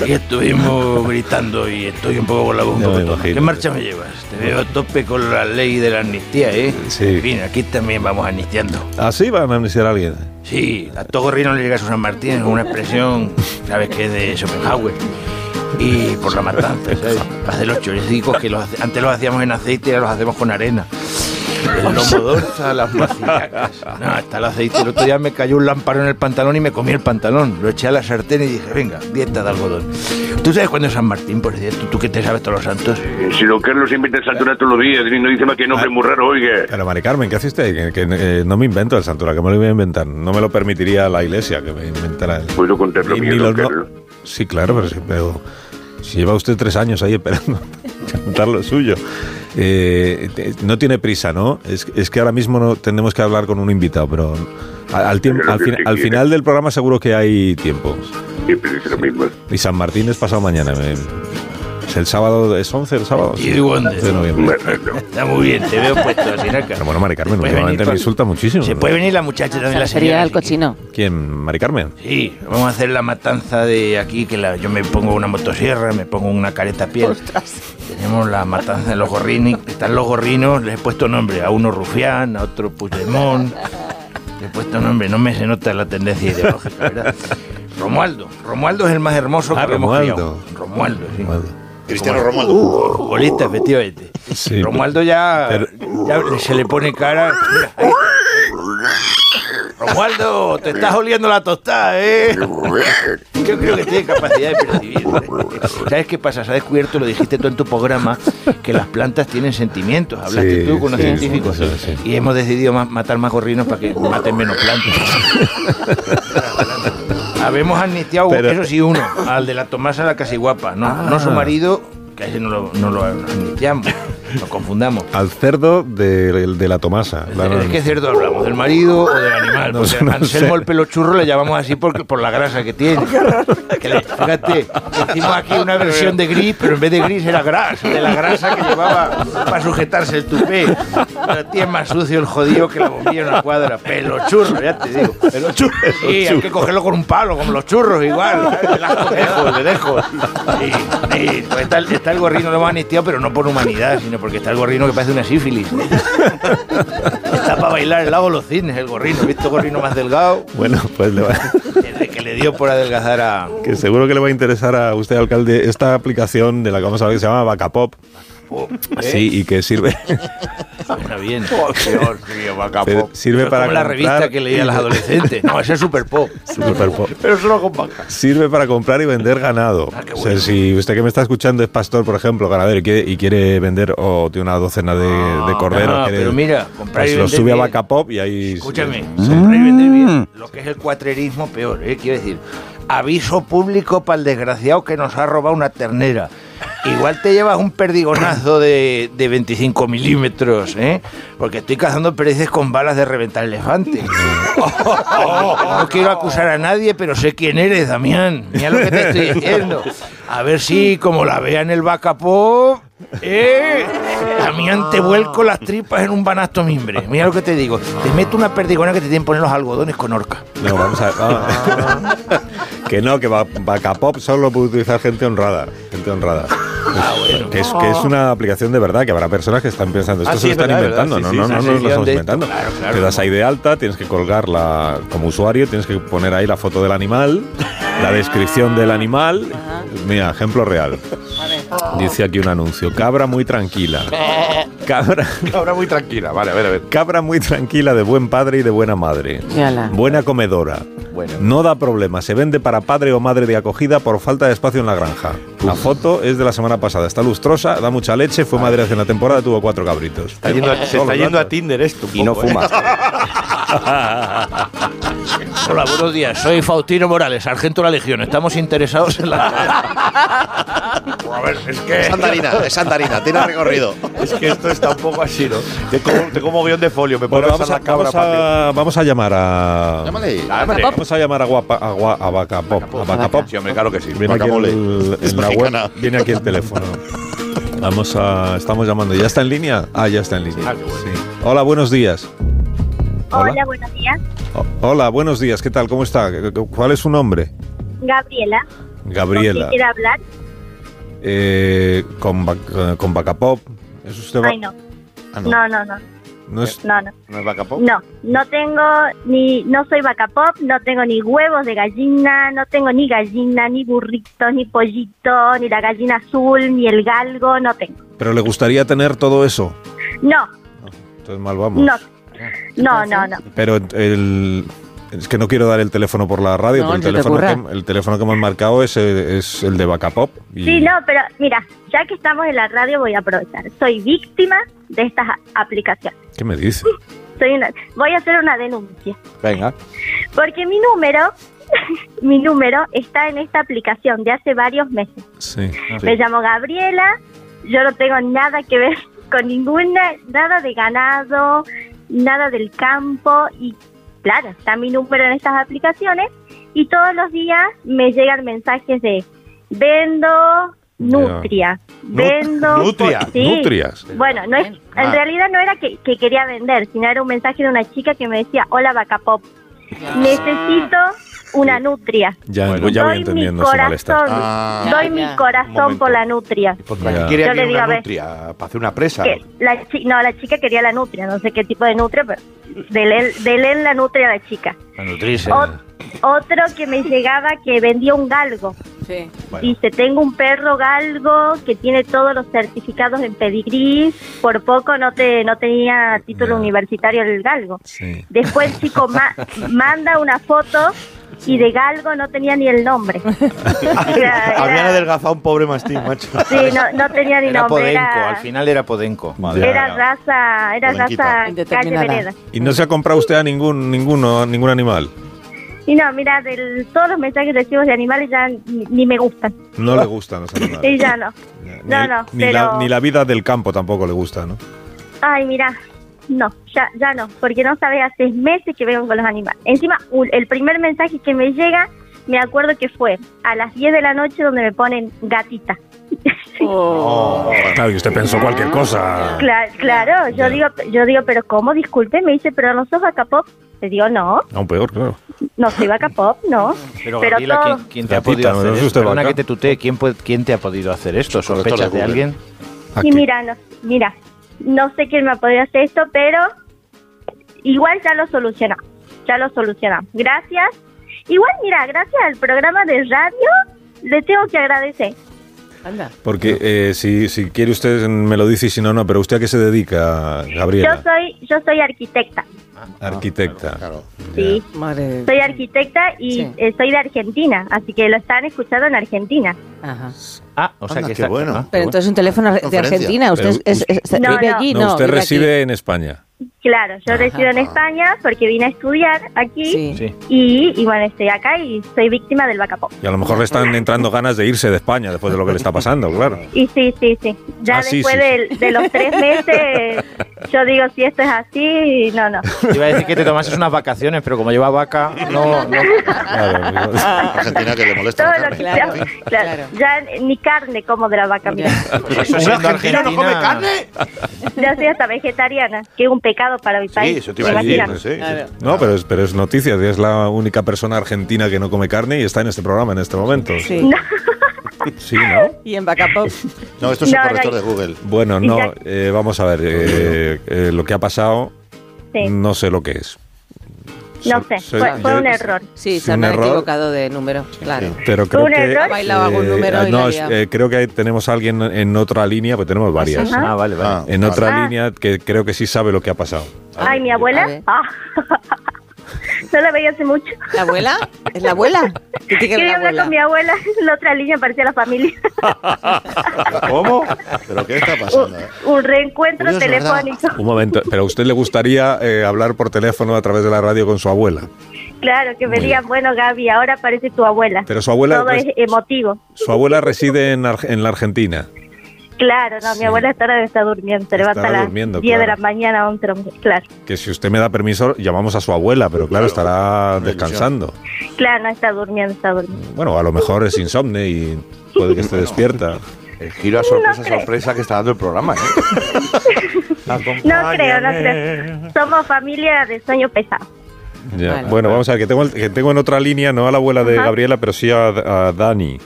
J: y estuvimos gritando y estoy un poco con la voz un
A: Ya
J: poco
A: me
J: tomaca.
A: imagino.
J: ¿Qué marcha me llevas? Te veo a tope con la ley de la amnistía, ¿eh?
A: Sí.
J: En fin, aquí también vamos amnistiando.
A: Así va a amnistiar a alguien.
J: Sí, a todo gorrino le llega a San Martín, es una expresión, ¿sabes qué? De Schopenhauer. Y por la matanza, ¿sabes? Hace los choricicos que los hace- antes los hacíamos en aceite y ahora los hacemos con arena. El lomo dorsa, las macillacas. No, hasta el aceite. El otro día me cayó un lámparo en el pantalón y me comí el pantalón. Lo eché a la sartén y dije, venga, dieta de algodón. ¿Tú sabes cuándo es San Martín, por cierto? ¿Tú que te sabes todos los santos?
I: Si don Carlos invita el santura todos los días, no dice más que nombre muy raro, oiga.
A: Pero, Mari Carmen, ¿qué hiciste? Que, que, eh, no me invento el santura, que me lo voy a inventar. No me lo permitiría la iglesia que me inventara el.
I: Puedo contar Pues lo
A: Ni-
I: mío,
A: ni
I: don
A: los no-
I: Carlos.
A: Sí, claro, pero, sí, pero si lleva usted tres años ahí esperando contar lo suyo. Eh, te- no tiene prisa, ¿no? Es, es que ahora mismo no tenemos que hablar con un invitado, pero al, al tiemp-
I: Pero
A: al
I: que
A: fin-
I: usted
A: al
I: quiere.
A: final del programa seguro que hay tiempo.
I: Siempre dice lo mismo.
A: Y San Martín es pasado mañana. me- es el sábado, es 11 el sábado.
J: Y digo, ¿dónde?
A: 11 de noviembre.
I: Marrano.
J: Está muy bien, te veo puesto, Sinaca.
A: Pero bueno, Mari Carmen,
J: Puede
A: últimamente
J: Pues venir
A: me
J: con-
A: insulta muchísimo.
J: Se puede venir la muchacha también, la
E: Se
J: señora.
E: refería al
J: si quiere.
E: cochino.
A: ¿Quién? ¿Mari Carmen?
J: Sí, vamos a hacer la matanza de aquí, que la- yo me pongo una motosierra, me pongo una careta piel. Tenemos la matanza de los gorrinos, están los gorrinos, les he puesto nombre, a uno Rufián, a otro Puigdemont, le he puesto nombre, no me se nota la tendencia ideológica, ¿verdad? Romualdo, Romualdo es el más hermoso
A: Ah,
J: que hemos
A: Romualdo.
J: criado. Romualdo, sí.
B: Cristiano
J: Como-
B: Romualdo.
J: Uh, futbolista, efectivamente.
A: Sí.
J: Romualdo ya,
A: Pero-
J: ya se le pone cara. Mira, ahí. Romualdo, te estás oliendo la tostada, ¿eh? Yo creo que tiene capacidad de percibir. ¿Sabes qué pasa? Se ha descubierto, lo dijiste tú en tu programa, que las plantas tienen sentimientos. Hablaste
A: Sí,
J: tú con los
A: sí,
J: científicos.
A: sí, sí, sí.
J: Y hemos decidido ma- matar más gorrinos para que maten menos plantas. Habemos amnistiado,
A: Pero-
J: eso sí, uno, al de la Tomasa la casi guapa, no, no su marido, que a ese no lo, no lo amnistiamos. Nos confundamos.
A: Al cerdo de, de la Tomasa. La-
J: ¿De qué cerdo hablamos? ¿Del marido o del animal?
A: No
J: Porque
A: sé, no
J: Anselmo
A: sé.
J: el pelochurro le llamamos así porque, por la grasa que tiene. Que le- fíjate, hicimos aquí una versión de gris, pero en vez de gris era grasa, de la grasa que llevaba para sujetarse el tupé. Para ti es más sucio el jodido que la bombilla en una cuadra. Pelochurro, ya te digo. Pelochurro. Sí, hay que cogerlo con un palo, como los churros igual. ¿sabes? De lejos, de lejos, de lejos. Sí, sí, pues está, el- está el gorrino, lo hemos anistiado, pero no por humanidad, sino porque está el gorrino que parece una sífilis. Está para bailar el lago de los cisnes, el gorrino. ¿Viste el gorrino más delgado?
A: Bueno, pues le va-
J: El que le dio por adelgazar a.
A: que seguro que le va a interesar a usted, alcalde, esta aplicación de la que vamos a hablar que se llama Vacapop.
J: ¿eh?
A: Sí, y que sirve.
J: Suena bien.
C: Oh, Dios mío, vaca
A: Pero
C: pop.
A: sirve
J: Eso es
A: para
J: como la
A: comprar-
J: revista que leía a las adolescentes. No, ese es super pop. Ah,
A: Super Pop.
C: Pero solo con vaca.
A: Sirve para comprar y vender ganado. O sea, si usted que me está escuchando es pastor, por ejemplo, ganadero, y quiere, y quiere vender o tiene una docena de, Eh, de corderos,
J: Ah,
A: quiere-
J: pero mira, comprar y
A: pues lo
J: vender
A: sube a
J: bien.
A: vaca pop y ahí.
J: Escúchame, comprar y vender bien. Lo que es el cuatrerismo peor, ¿eh? quiero decir. Aviso público para el desgraciado que nos ha robado una ternera. Igual te llevas un perdigonazo de, de 25 milímetros, ¿eh? Porque estoy cazando perdices con balas de reventar elefante. No quiero acusar a nadie, pero sé quién eres, Damián. Mira lo que te estoy diciendo. A ver si, como la vea en el vacapó, ¿eh? Damián, te vuelco las tripas en un banasto mimbre. Mira lo que te digo. Te meto una perdigona que te tienen que poner los algodones con orca.
A: No, vamos a ver. vamos. que no, que va- vaca pop solo lo puede utilizar gente honrada. Gente honrada.
C: Ah,
A: Que es, que es una aplicación de verdad, que habrá personas que están pensando, esto
C: Ah,
A: se
C: sí,
A: lo
C: es
A: están
C: verdad,
A: inventando, no,
C: verdad, sí,
A: no,
C: sí,
A: no,
C: sí,
A: no
C: sí,
A: lo estamos
C: de esto,
A: inventando.
C: claro, claro,
A: te das ahí de alta, tienes que colgarla como usuario, tienes que poner ahí la foto del animal, la descripción del animal. Mira, ejemplo real. Dice aquí un anuncio, cabra muy tranquila. Cabra,
C: Ahora muy tranquila, vale, a ver, a ver.
A: cabra muy tranquila, de buen padre y de buena madre.
E: Yala.
A: Buena comedora. No da problema, se vende para padre o madre de acogida por falta de espacio en la granja. La foto es de la semana pasada, está lustrosa, da mucha leche, fue madre hace una temporada, tuvo cuatro cabritos. Oh,
C: Está yendo a- se
A: Todos
C: está
A: los
C: yendo a
A: datos.
C: Tinder esto.
A: Y no fumas.
J: Hola, buenos días. Soy Faustino Morales, sargento de la Legión. Estamos interesados en la...
C: A ver, es que.
B: Es andarina, es andarina, tiene recorrido.
C: Es que esto está un poco así, ¿no? Te como, te como guión de folio, me
A: Bueno,
C: puedo
A: vamos,
C: pasar
A: a,
C: la cabra
A: vamos, a, vamos a llamar a.
B: Llámale.
C: Llámale.
A: Vamos a llamar a, Guapa, a, Gua- a Vaca Pop. A Vaca Pop.
C: Sí, hombre, claro que sí. ¿eh?
A: Viene aquí,
B: Guacamole.
A: el-
B: Es
A: en la web,
B: mexicana.
A: viene aquí el teléfono. Vamos a. Estamos llamando. ¿Ya está en línea? Ah, ya está en línea. Sí. Hola, buenos días.
K: Hola, buenos días.
A: O- Hola, buenos días. ¿Qué tal? ¿Cómo está? ¿Cu- cu- ¿Cuál es su nombre?
K: Gabriela. ¿con
A: Gabriela.
K: quién quiere hablar?
A: Eh, con, Vac- con Vaca Pop. ¿Es usted va-
K: Ay, no.
A: Ah, no.
K: No, no, no.
A: No es-
K: No, no.
C: ¿No es vaca pop?
K: No, no tengo ni. No soy vaca pop, no tengo ni huevos de gallina, no tengo ni gallina, ni burrito, ni pollito, ni la gallina azul, ni el galgo, no tengo.
A: Pero le gustaría tener todo eso.
K: No,
A: Entonces mal vamos.
K: no. No, no, no.
A: Pero el, es que no quiero dar el teléfono por la radio,
E: No,
A: pero el
E: ni te
A: teléfono,
E: ocurra.
A: que, el teléfono que hemos marcado es, eh, es el de Vaca Pop. y-
K: Sí, no, pero mira, ya que estamos en la radio, voy a aprovechar. Soy víctima de estas a- aplicaciones.
A: ¿Qué me dice?
K: Soy una, voy a hacer una denuncia.
C: Venga.
K: Porque mi número, mi número está en esta aplicación de hace varios meses.
A: Ah, Sí.
K: Me llamo Gabriela, yo no tengo nada que ver con ninguna, nada de ganado, nada del campo y claro, está mi número en estas aplicaciones y todos los días me llegan mensajes de vendo nutria,
A: Nu-
K: vendo...
A: nutria,
K: po- sí.
A: nutrias.
K: Bueno, no es, en
C: Ah.
K: realidad no era que, que quería vender, sino era un mensaje de una chica que me decía, hola vaca pop, necesito una nutria.
A: Ya, ya voy
K: Doy
A: entendiendo
K: mi
A: su
K: corazón,
A: malestar.
B: Ah.
K: doy
E: Ya,
K: mi
E: ya.
C: Un
K: corazón
C: momento.
K: por la nutria.
A: Ya.
C: Quiere
K: Yo
C: abrir
K: le digo,
C: una
K: a ver.
C: nutria para hacer una presa.
K: Que la chi- no, la chica quería la nutria, no sé qué tipo de nutria, pero dele, dele la nutria a la chica.
J: La nutrice.
K: Ot- otro que me llegaba que vendía un galgo.
E: Sí.
K: Dice, tengo un perro galgo que tiene todos los certificados en pedigrí, por poco no te no tenía
A: Ya.
K: título universitario el galgo.
A: Sí.
K: Después el chico ma- manda una foto y de galgo no tenía ni el nombre. O sea, era-
C: Habían adelgazado a un pobre mastín, macho.
K: sí, no, no tenía ni
J: Era
K: nombre.
J: Podenco,
K: era-
J: al final era Podenco.
A: Madre
K: Era
A: mía.
K: raza, era
B: Blanquita.
K: raza calle
E: Indeterminada.
K: vereda.
A: ¿Y no se ha comprado usted a ningún, ninguno, ningún animal?
K: Y no, mira, de todos los mensajes que recibo de animales ya ni, ni me gustan.
A: No le gustan los animales.
K: Y ya no.
A: Ni-
K: No, no,
A: ni, la,
K: pero...
A: ni la vida del campo tampoco le gusta, ¿no?
K: Ay, mira, no, ya, ya no, porque no sabes, hace meses que vengo con los animales. Encima, u- el primer mensaje que me llega, me acuerdo que fue a las 10 de la noche donde me ponen gatita.
L: Claro, y usted pensó cualquier cosa.
K: Cla- claro, yo digo, yo digo, pero ¿cómo? Disculpe, me dice, pero no sos Acapop. Le digo, no,
A: Aún peor, claro.
K: no soy Acapop, no.
J: Pero, Gabriela,
K: todo-
J: ¿quién, quién te ha
A: Gatita,
J: podido
A: ¿no?
J: hacer
A: ¿Es
J: esto?
A: usted
J: Perdona
A: vaca?
J: que te tutee, ¿quién, puede- ¿quién te ha podido hacer esto?
A: Corrector
J: ¿Sospechas
A: de
J: de alguien?
K: Y mira, no, mira, no sé quién me ha podido hacer esto, pero igual ya lo soluciona, ya lo soluciona. Gracias. Igual, mira, gracias al programa de radio, le tengo que agradecer.
E: Anda.
A: Porque eh, si, si quiere usted me lo dice y si no, no. Pero usted a qué se dedica,
K: Yo
A: Gabriela?
K: soy, yo soy arquitecta,
A: Arquitecta.
K: sí. Soy arquitecta y eh, soy de Argentina, así que lo están escuchando en Argentina.
E: Ajá.
J: Ah, o sea
A: Anda,
J: que
A: qué
J: está-
A: bueno.
J: ah,
E: Pero entonces un teléfono de
J: Conferencia.
E: Argentina. Usted
A: Pero
E: es- es- es-
K: No,
E: vive
K: no.
E: allí,
A: No,
E: no.
A: usted
E: vive aquí.
A: reside en España.
K: Claro, yo
A: Ajá.
K: resido en España porque vine a estudiar aquí
A: Sí.
K: Y, y bueno, estoy acá y soy víctima del vacapó.
A: Y a lo mejor le están entrando ganas de irse de España después de lo que le está pasando, claro.
K: Y sí, sí, sí. Ya
A: Ah, sí,
K: después
A: sí, sí.
K: del- De, los tres meses, yo digo, si esto es así, no, no.
J: Iba a decir que te tomases unas vacaciones, pero como lleva vaca, no. no. Argentina que le molesta.
K: Todo lo que sea- claro, Ya ni carne como de la vaca, mira.
J: eso siendo argentino no come carne.
K: Yo soy hasta vegetariana, que es un pecado para mi país.
A: eso
C: te iba a
K: me
C: decir, pues
K: imaginas.
C: sí, sí, sí. Claro.
A: No, pero es, pero es noticia. Es la única persona argentina que no come carne y está en este programa en este momento.
E: Sí.
A: Sí, ¿no?
E: Y en Bacapop.
A: No,
E: esto es un No, no, corrector
A: de Google. Bueno, no,
E: Exacto.
A: eh, vamos a ver. eh, eh, lo que ha pasado,
K: Sí.
A: no sé lo que es.
K: No sé,
A: soy-
K: fue, fue
A: mm, yo-
K: un error.
E: Sí,
A: Sí,
E: se
A: un
E: habrán
A: error.
E: equivocado de número, claro.
A: Pero creo
E: ¿Un
A: que.
E: error? Ha bailado algún número y la
A: no,
E: ha
A: es-
E: liado.
A: eh, creo que tenemos a alguien en otra línea, pues tenemos varias.
K: Ajá. Ah,
J: vale,
A: vale. En otra
K: vale.
A: línea que creo que sí sabe lo que ha pasado.
K: Ay, mi abuela. Ah. no la veía hace mucho.
E: ¿La abuela? ¿Es la abuela? ¿Qué tiene que ver
K: Quería
E: la
K: hablar
E: abuela?
K: con mi abuela. La otra línea parecía la familia.
A: ¿Cómo?
B: ¿Pero qué está pasando?
C: Oh.
K: un, un reencuentro
B: Curioso, ¿verdad?
K: telefónico.
A: Un momento, pero a usted le gustaría eh, hablar por teléfono a través de la radio con su abuela.
K: Claro, que me
A: Muy
K: digan, bueno, Gaby, ahora parece tu abuela.
A: Pero su abuela pues,
K: Todo
A: no es-
K: es emotivo.
A: Su abuela reside en, Ar- en la Argentina.
K: Claro, no, mi abuela hasta ahora está durmiendo. Se levanta a las 10
A: durmiendo,
K: de
A: claro.
K: la mañana, 11 de la mañana. Claro,
A: Que si usted me da permiso, llamamos a su abuela, pero claro, estará descansando.
K: claro, no está durmiendo, está durmiendo.
A: Bueno, a lo mejor es insomnio y puede que esté despierta.
C: El giro a sorpresa, sorpresa que está dando el programa, ¿eh?
K: No creo, no creo. Somos familia de sueño pesado.
A: Ya. Bueno, vamos a ver, que tengo, el- que tengo en otra línea, no a la abuela de
K: Ajá.
A: Gabriela, pero sí a, a Dani.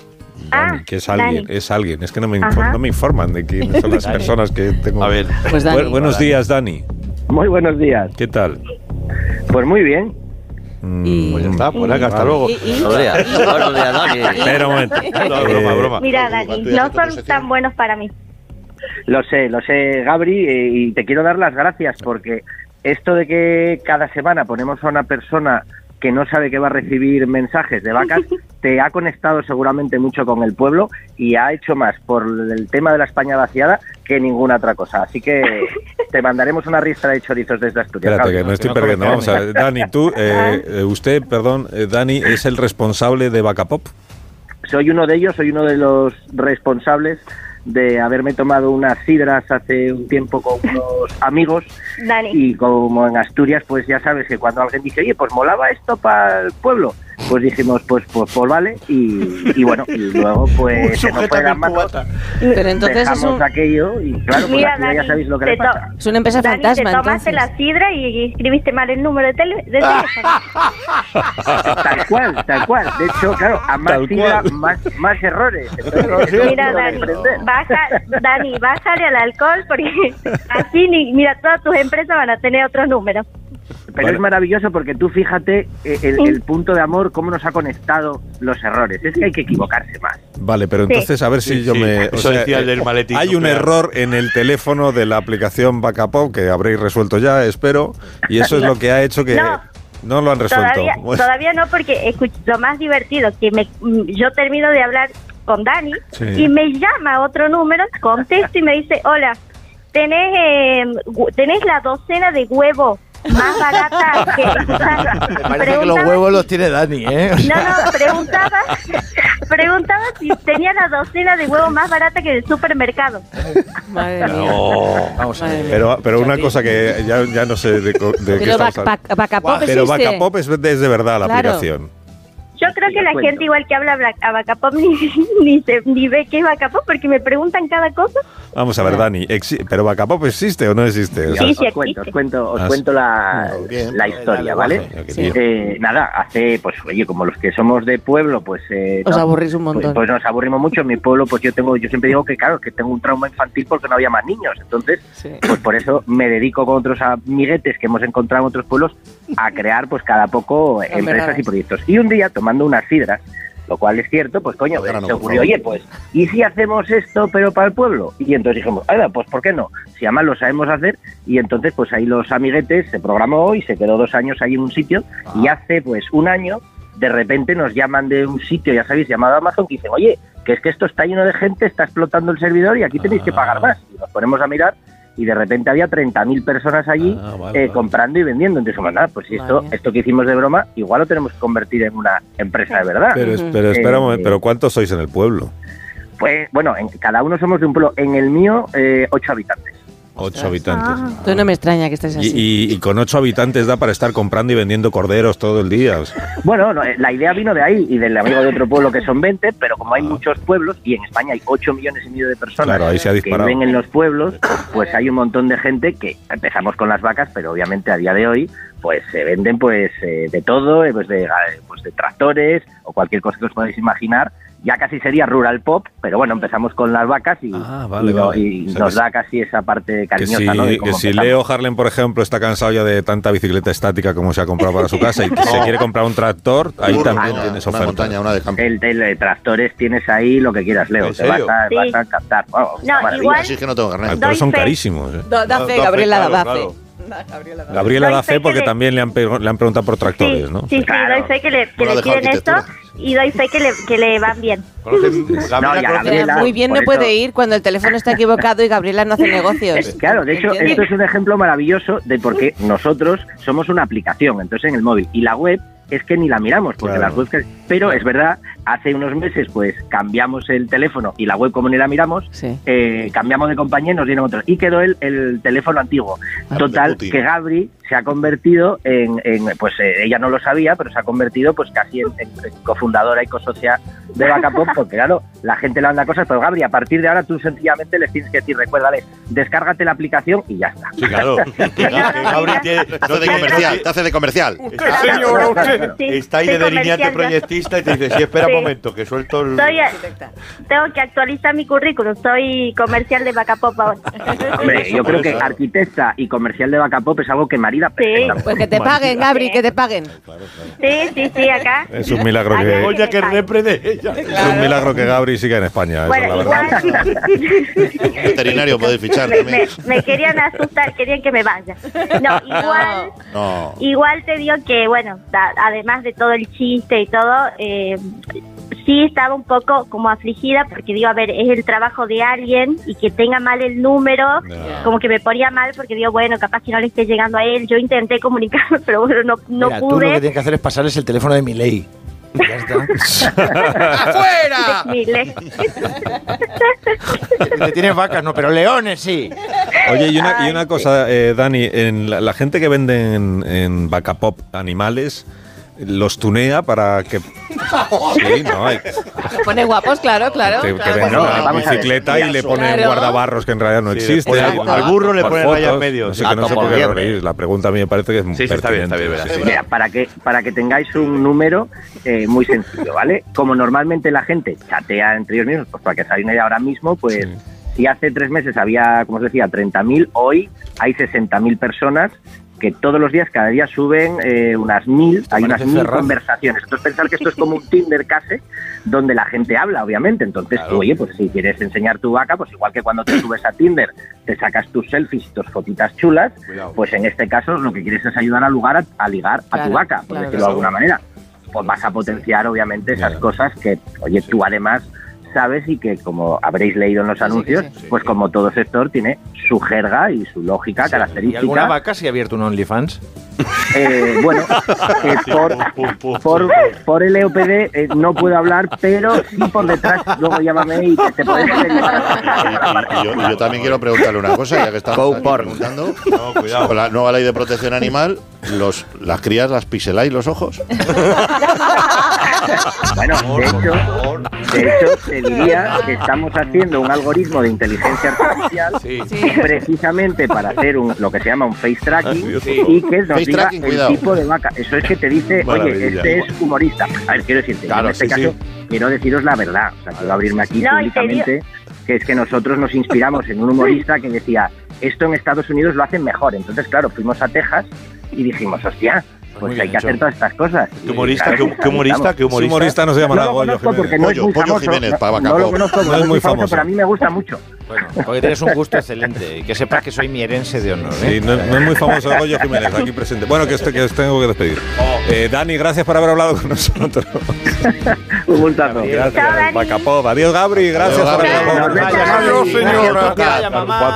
K: Ah,
A: Que es alguien,
K: Dani.
A: es alguien. Es que no me, infor-
K: Ajá.
A: no me informan de quiénes son las
M: Dani.
A: personas que tengo. A ver,
M: Pues Dani.
A: buenos días, Dani.
M: Muy buenos días.
A: ¿Qué tal?
M: Pues muy bien.
A: Pues ya está, pues
C: venga, hasta luego. Buenos días. Buenos días, Dani.
A: Espera un momento. Eh,
C: No, broma, broma.
K: Mira, Dani, no son tan buenos para mí.
M: Lo sé, lo sé, Gabri, eh, y te quiero dar las gracias porque esto de que cada semana ponemos a una persona que no sabe que va a recibir mensajes de vacas, te ha conectado seguramente mucho con el pueblo y ha hecho más por el tema de la España vaciada que ninguna otra cosa. Así que te mandaremos una ristra de chorizos desde Asturias.
A: Espérate,
M: Gabri.
A: que me estoy perdiendo. Vamos a ver, Dani, tú, eh, eh, usted, perdón, eh, Dani, es el responsable de Bacapop.
M: soy uno de ellos, soy uno de los responsables de haberme tomado unas sidras hace un tiempo con unos amigos
K: Dani.
M: y como en Asturias pues ya sabes que cuando alguien dice oye pues molaba esto para el pueblo pues dijimos pues pues, pues vale y, y bueno y luego pues se nos fue de las manos,
E: Pero entonces es
M: dejamos
E: un-
M: aquello y claro pues
K: Mira,
M: al final ya
K: Dani,
M: sabéis lo que
K: te
M: le pasa
K: to-
E: Es una empresa
K: Dani,
E: fantasma,
K: te tomaste
E: entonces.
K: la sidra y escribiste mal el número de, tele- de
M: tal cual tal cual de hecho claro a más sidra más, más errores Entonces,
K: teléfono. Mira,
M: no me
K: Dani,
M: sorprende.
K: baja, Dani, bájale al alcohol porque así, ni, mira, todas tus empresas van a tener otro número.
M: Pero es maravilloso porque tú fíjate eh, el, el punto de amor, cómo nos ha conectado los errores. Es que hay que equivocarse más.
A: Vale, pero
M: Sí.
A: entonces a ver si
C: Sí,
A: yo
C: sí.
A: me. eh,
C: Eso decía el del maletín
A: Hay un
C: nuclear.
A: error en el teléfono de la aplicación Bacapop que habréis resuelto ya, espero. Y eso es lo que ha hecho que no,
K: No.
A: lo han resuelto.
K: Todavía,
A: Bueno,
K: todavía no, porque escuch- lo más divertido, que me, mm, yo termino de hablar con Dani
A: Sí.
K: y me llama otro número, em, contesto y me dice, hola, tenés, eh, gu- tenés la docena de huevo más barata que... o sea,
N: Parece que los huevos los tiene Dani, ¿eh? O
K: No,
N: sea,
K: no, preguntaba, preguntaba si tenía la docena de huevos más barata que el supermercado.
E: Madre
A: No.
N: Vamos
E: a ver.
A: Pero, pero una cosa que ya, ya no sé de, co- de qué
E: Pero
A: estamos
E: Bac-
A: hablando. Ah,
E: Bac- Bacapop
A: Pero
E: existe.
A: Bacapop es, de- es de verdad la
E: Claro.
A: aplicación.
K: Yo creo que la
E: cuento.
K: gente igual que habla bla- a Bacapop ni, ni, se- ni ve qué es Bacapop porque me preguntan cada cosa.
A: Vamos a ver, Dani, exi- ¿pero Bacapop existe o no existe?
K: Sí, sí
J: os cuento, os cuento, os
A: Ah,
J: cuento la, la historia, ¿vale?
A: Sí.
J: Eh, nada, hace, pues oye, como los que somos de pueblo, pues... eh,
E: Os
J: no,
E: aburrís un montón.
J: Pues, pues nos aburrimos mucho. En mi pueblo, pues yo tengo, yo siempre digo que claro, que tengo un trauma infantil porque no había más niños. Entonces, pues por eso me dedico con otros amiguetes que hemos encontrado en otros pueblos a crear, pues cada poco empresas y
O: verdades.
J: proyectos. Y un día tomando unas sidras, lo cual es cierto, pues coño,
O: grano,
J: se
O: por
J: ocurrió,
O: favor.
J: oye, pues, ¿y si hacemos esto pero para el pueblo? Y entonces dijimos, "Ala, pues ¿por qué no? Si además lo sabemos hacer, y entonces pues ahí los amiguetes se programó y se quedó dos años ahí en un sitio, y hace pues un año, de repente nos llaman de un sitio, ya sabéis, llamado Amazon, que dicen, oye, que es que esto está lleno de gente, está explotando el servidor y aquí tenéis que pagar más. Y nos ponemos a mirar y de repente había 30.000 personas allí
E: Ah,
J: eh, comprando y vendiendo. Entonces, dijimos, nada, pues si esto, esto que hicimos de broma, igual lo tenemos que convertir en una empresa de verdad.
A: Pero, es- pero
J: Eh,
A: espera un momento, ¿pero cuántos sois en el pueblo?
J: Pues bueno, en, cada uno somos de un pueblo. En el mío, eh, ocho habitantes.
A: Ocho habitantes.
E: Entonces no me extraña que estés
A: Y,
E: así.
A: y- y con ocho habitantes da para estar comprando y vendiendo corderos todo el día. o sea.
J: Bueno, no, eh, la idea vino de ahí y del amigo de otro pueblo que son 20, pero como hay muchos pueblos y en España hay 8 millones y medio de personas
A: Ah. Claro, ahí se ha
J: que
A: disparado.
J: viven en los pueblos, pues hay un montón de gente que empezamos con las vacas, pero obviamente a día de hoy pues se venden pues eh, de todo, eh, pues de, eh, pues de tractores o cualquier cosa que os podáis imaginar. Ya casi sería rural pop, pero bueno, empezamos con las vacas y,
A: Ah, vale,
J: y no-
A: vale.
J: y
A: O sea,
J: nos
A: que
J: da casi esa parte
A: Que
J: cariñosa,
A: si,
J: ¿no? de
A: que
J: cómo
A: si
J: empezamos.
A: Leo Harlem, por ejemplo, está cansado ya de tanta bicicleta estática como se ha comprado para su casa y que se
J: No.
A: quiere comprar un tractor, ahí
J: Una
A: también
B: Ah,
J: montaña,
A: tienes
J: una
A: oferta.
J: montaña, El, el de tractores tienes ahí lo que quieras, Leo.
A: ¿En
J: Te vas
A: serio?
J: a, vas
K: Sí.
J: a captar. Oh, Vamos,
K: No,
J: una maravilla.
K: igual- Así es que no tengo carnet.
A: Pero son
K: Doy fe.
A: carísimos. eh.
E: Da, da fe, Gabriela, da fe.
A: Gabriela
K: Doy
A: da
K: fe
A: fe
K: que
A: porque
K: le-
A: también le han, pe- le han preguntado por tractores, ¿no?
K: Sí, sí, doy fe que le, que
A: Bueno,
K: le
A: deja
K: piden esto y doy fe que le, que le van bien.
J: No, y a Gabriela,
E: Muy bien no
J: por
E: puede
J: eso-
E: ir cuando el teléfono está equivocado y Gabriela no hace
A: Pues,
E: negocios.
J: Claro, de hecho,
E: ¿Entiendes?
J: esto es un ejemplo maravilloso de por qué nosotros somos una aplicación, entonces en el móvil. Y la web es que ni la miramos, porque
O: Claro.
J: las webs... Pero es verdad, hace unos meses pues cambiamos el teléfono y la web como ni la miramos, eh, cambiamos de compañía y nos dieron otro. Y quedó el, el teléfono antiguo.
N: Ah,
J: Total,
O: Putin.
J: que Gabri se ha convertido en, en- pues eh, ella no lo sabía, pero se ha convertido pues casi en, en- en cofundadora y cosocia de Bacapop, porque claro, la gente le anda cosas, pero Gabri, a partir de ahora tú sencillamente les tienes que decir, recuérdales, descárgate la aplicación y ya está.
C: Sí, claro. Que Ga- que Gabri tiene-
B: Te hace de
C: tiene-
B: comercial, te hace de comercial.
C: Está- Está ahí de
K: soy
C: delineante
K: comercial,
C: proyectista y te dice, sí, espera
K: Sí.
C: un momento, que suelto el...
K: Soy- tengo que actualizar mi currículum, soy comercial de Bacapop ahora.
J: Hombre, yo creo que arquitecta y comercial de Bacapop es algo que marida perfectamente.
E: Pues que te paguen, Gabri, que te paguen.
K: Sí, sí, sí, acá.
A: Es un milagro que,
C: que repre de ella.
A: es un milagro que Gabri siga en España, esa es la
K: Bueno,
A: verdad.
K: igual
B: Veterinario podéis fichar
K: me,
B: también.
K: me- me querían asustar, querían que me vaya. No, igual,
B: No.
K: igual te digo que, bueno, da- además de todo el chiste y todo, eh, sí estaba un poco como afligida porque digo, a ver, es el trabajo de alguien y que tenga mal el número, como que me ponía mal porque digo, bueno, capaz que no le esté llegando a él. Yo intenté comunicarme, pero bueno, no, no
N: Mira, tú lo que
K: pude.
N: tienes que hacer es pasarles el teléfono de Miley. Ya está.
K: ¡Afuera!
N: Te tienes vacas, no, pero leones sí.
A: Oye, y una, y una cosa, eh, Dani, en la, la gente que vende en, en Bacapop animales, los tunea para que... Sí, no, hay-
E: Se pone guapos, claro, claro.
A: que, que
E: claro.
A: venden
E: Bueno,
A: una
E: vamos a ver.
A: bicicleta y le
E: Claro.
A: ponen guardabarros que en realidad no
C: Sí, le
A: existe.
C: ponen- al burro le ponen rayas medio.
A: No sé, que no
C: Gato
A: sé
C: por
A: por qué
C: liebre.
A: reír. La pregunta a mí me parece que es muy
C: Sí, sí, está bien, está bien,
A: pertinente, sí, sí.
J: Mira, para que, para que tengáis un número eh, muy sencillo, ¿vale? Como normalmente la gente chatea entre ellos mismos, pues para que salga una idea ahora mismo, pues si hace tres meses había, como os decía, 30.000, hoy hay 60.000 personas que todos los días, cada día suben eh, unas mil, hay unas
N: parece
J: mil
N: Ferraz.
J: conversaciones. Entonces pensar que esto es como un Tinder casi, donde la gente habla, obviamente. Entonces, tú, oye, pues si quieres enseñar tu vaca, pues igual que cuando te subes a Tinder, te sacas tus selfies, tus fotitas chulas, pues en este caso lo que quieres es ayudar al lugar a, a ligar a
O: Claro,
J: tu vaca, por
O: claro.
J: decirlo de alguna manera. Pues vas a potenciar, obviamente, esas cosas que, oye, tú además
K: sabes y que como habréis leído en los anuncios, pues como todo sector tiene su jerga y su lógica
J: ¿Y
K: característica.
J: alguna vaca se ha abierto un OnlyFans?
K: Eh, bueno, eh, por, por, por el EOPD eh, no puedo hablar, pero sí por detrás, luego llámame y te, te puedes
B: Y yo, y yo también quiero preguntarle una cosa, ya que estamos aquí preguntando. Con la nueva ley de protección animal, los, las crías las pixeláis los ojos.
K: Bueno, de hecho, de hecho, te diría que estamos haciendo un algoritmo de inteligencia artificial precisamente para hacer un, lo que se llama un face tracking
B: Sí.
K: y que nos
B: Face
K: diga
B: tracking,
K: el
B: cuidado.
K: tipo de vaca. Eso es que te dice, oye,
B: Maravilla.
K: este es humorista. A ver, quiero decirte, yo
B: Claro,
K: en este
B: sí,
K: caso quiero deciros la verdad. O sea, quiero abrirme aquí
P: No, ¿en
K: públicamente que es que nosotros nos inspiramos en un humorista que decía, esto en Estados Unidos lo hacen mejor. Entonces, claro, fuimos a Texas y dijimos, hostia, pues hay que hacer todas estas cosas.
C: ¿Qué humorista?
K: Y, claro,
C: ¿Qué- qué humorista? ¿Qué humorista?
A: Ese humorista no se llama
K: no
A: nada,
K: lo
A: Goyo
K: conozco porque
A: Jiménez.
K: no es muy famoso. no, no lo conozco porque
A: No es muy famoso.
K: pero a mí me gusta mucho.
J: Porque tienes un gusto excelente. Y que sepas que soy mierense de honor.
A: Sí,
J: ¿eh?
A: no, no es muy famoso Goyo Jiménez aquí presente. Bueno, que, estoy- que os tengo que despedir.
C: Oh.
A: Eh, Dani, gracias por haber hablado con nosotros.
K: Un gustazo.
P: Chao,
A: Gracias,
P: Dani.
A: Bacapop. Adiós, Gabri. Gracias por haber hablado con nosotros.
C: Adiós, señora.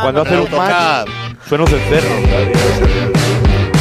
C: Cuando hacen un match, suena un cencerro.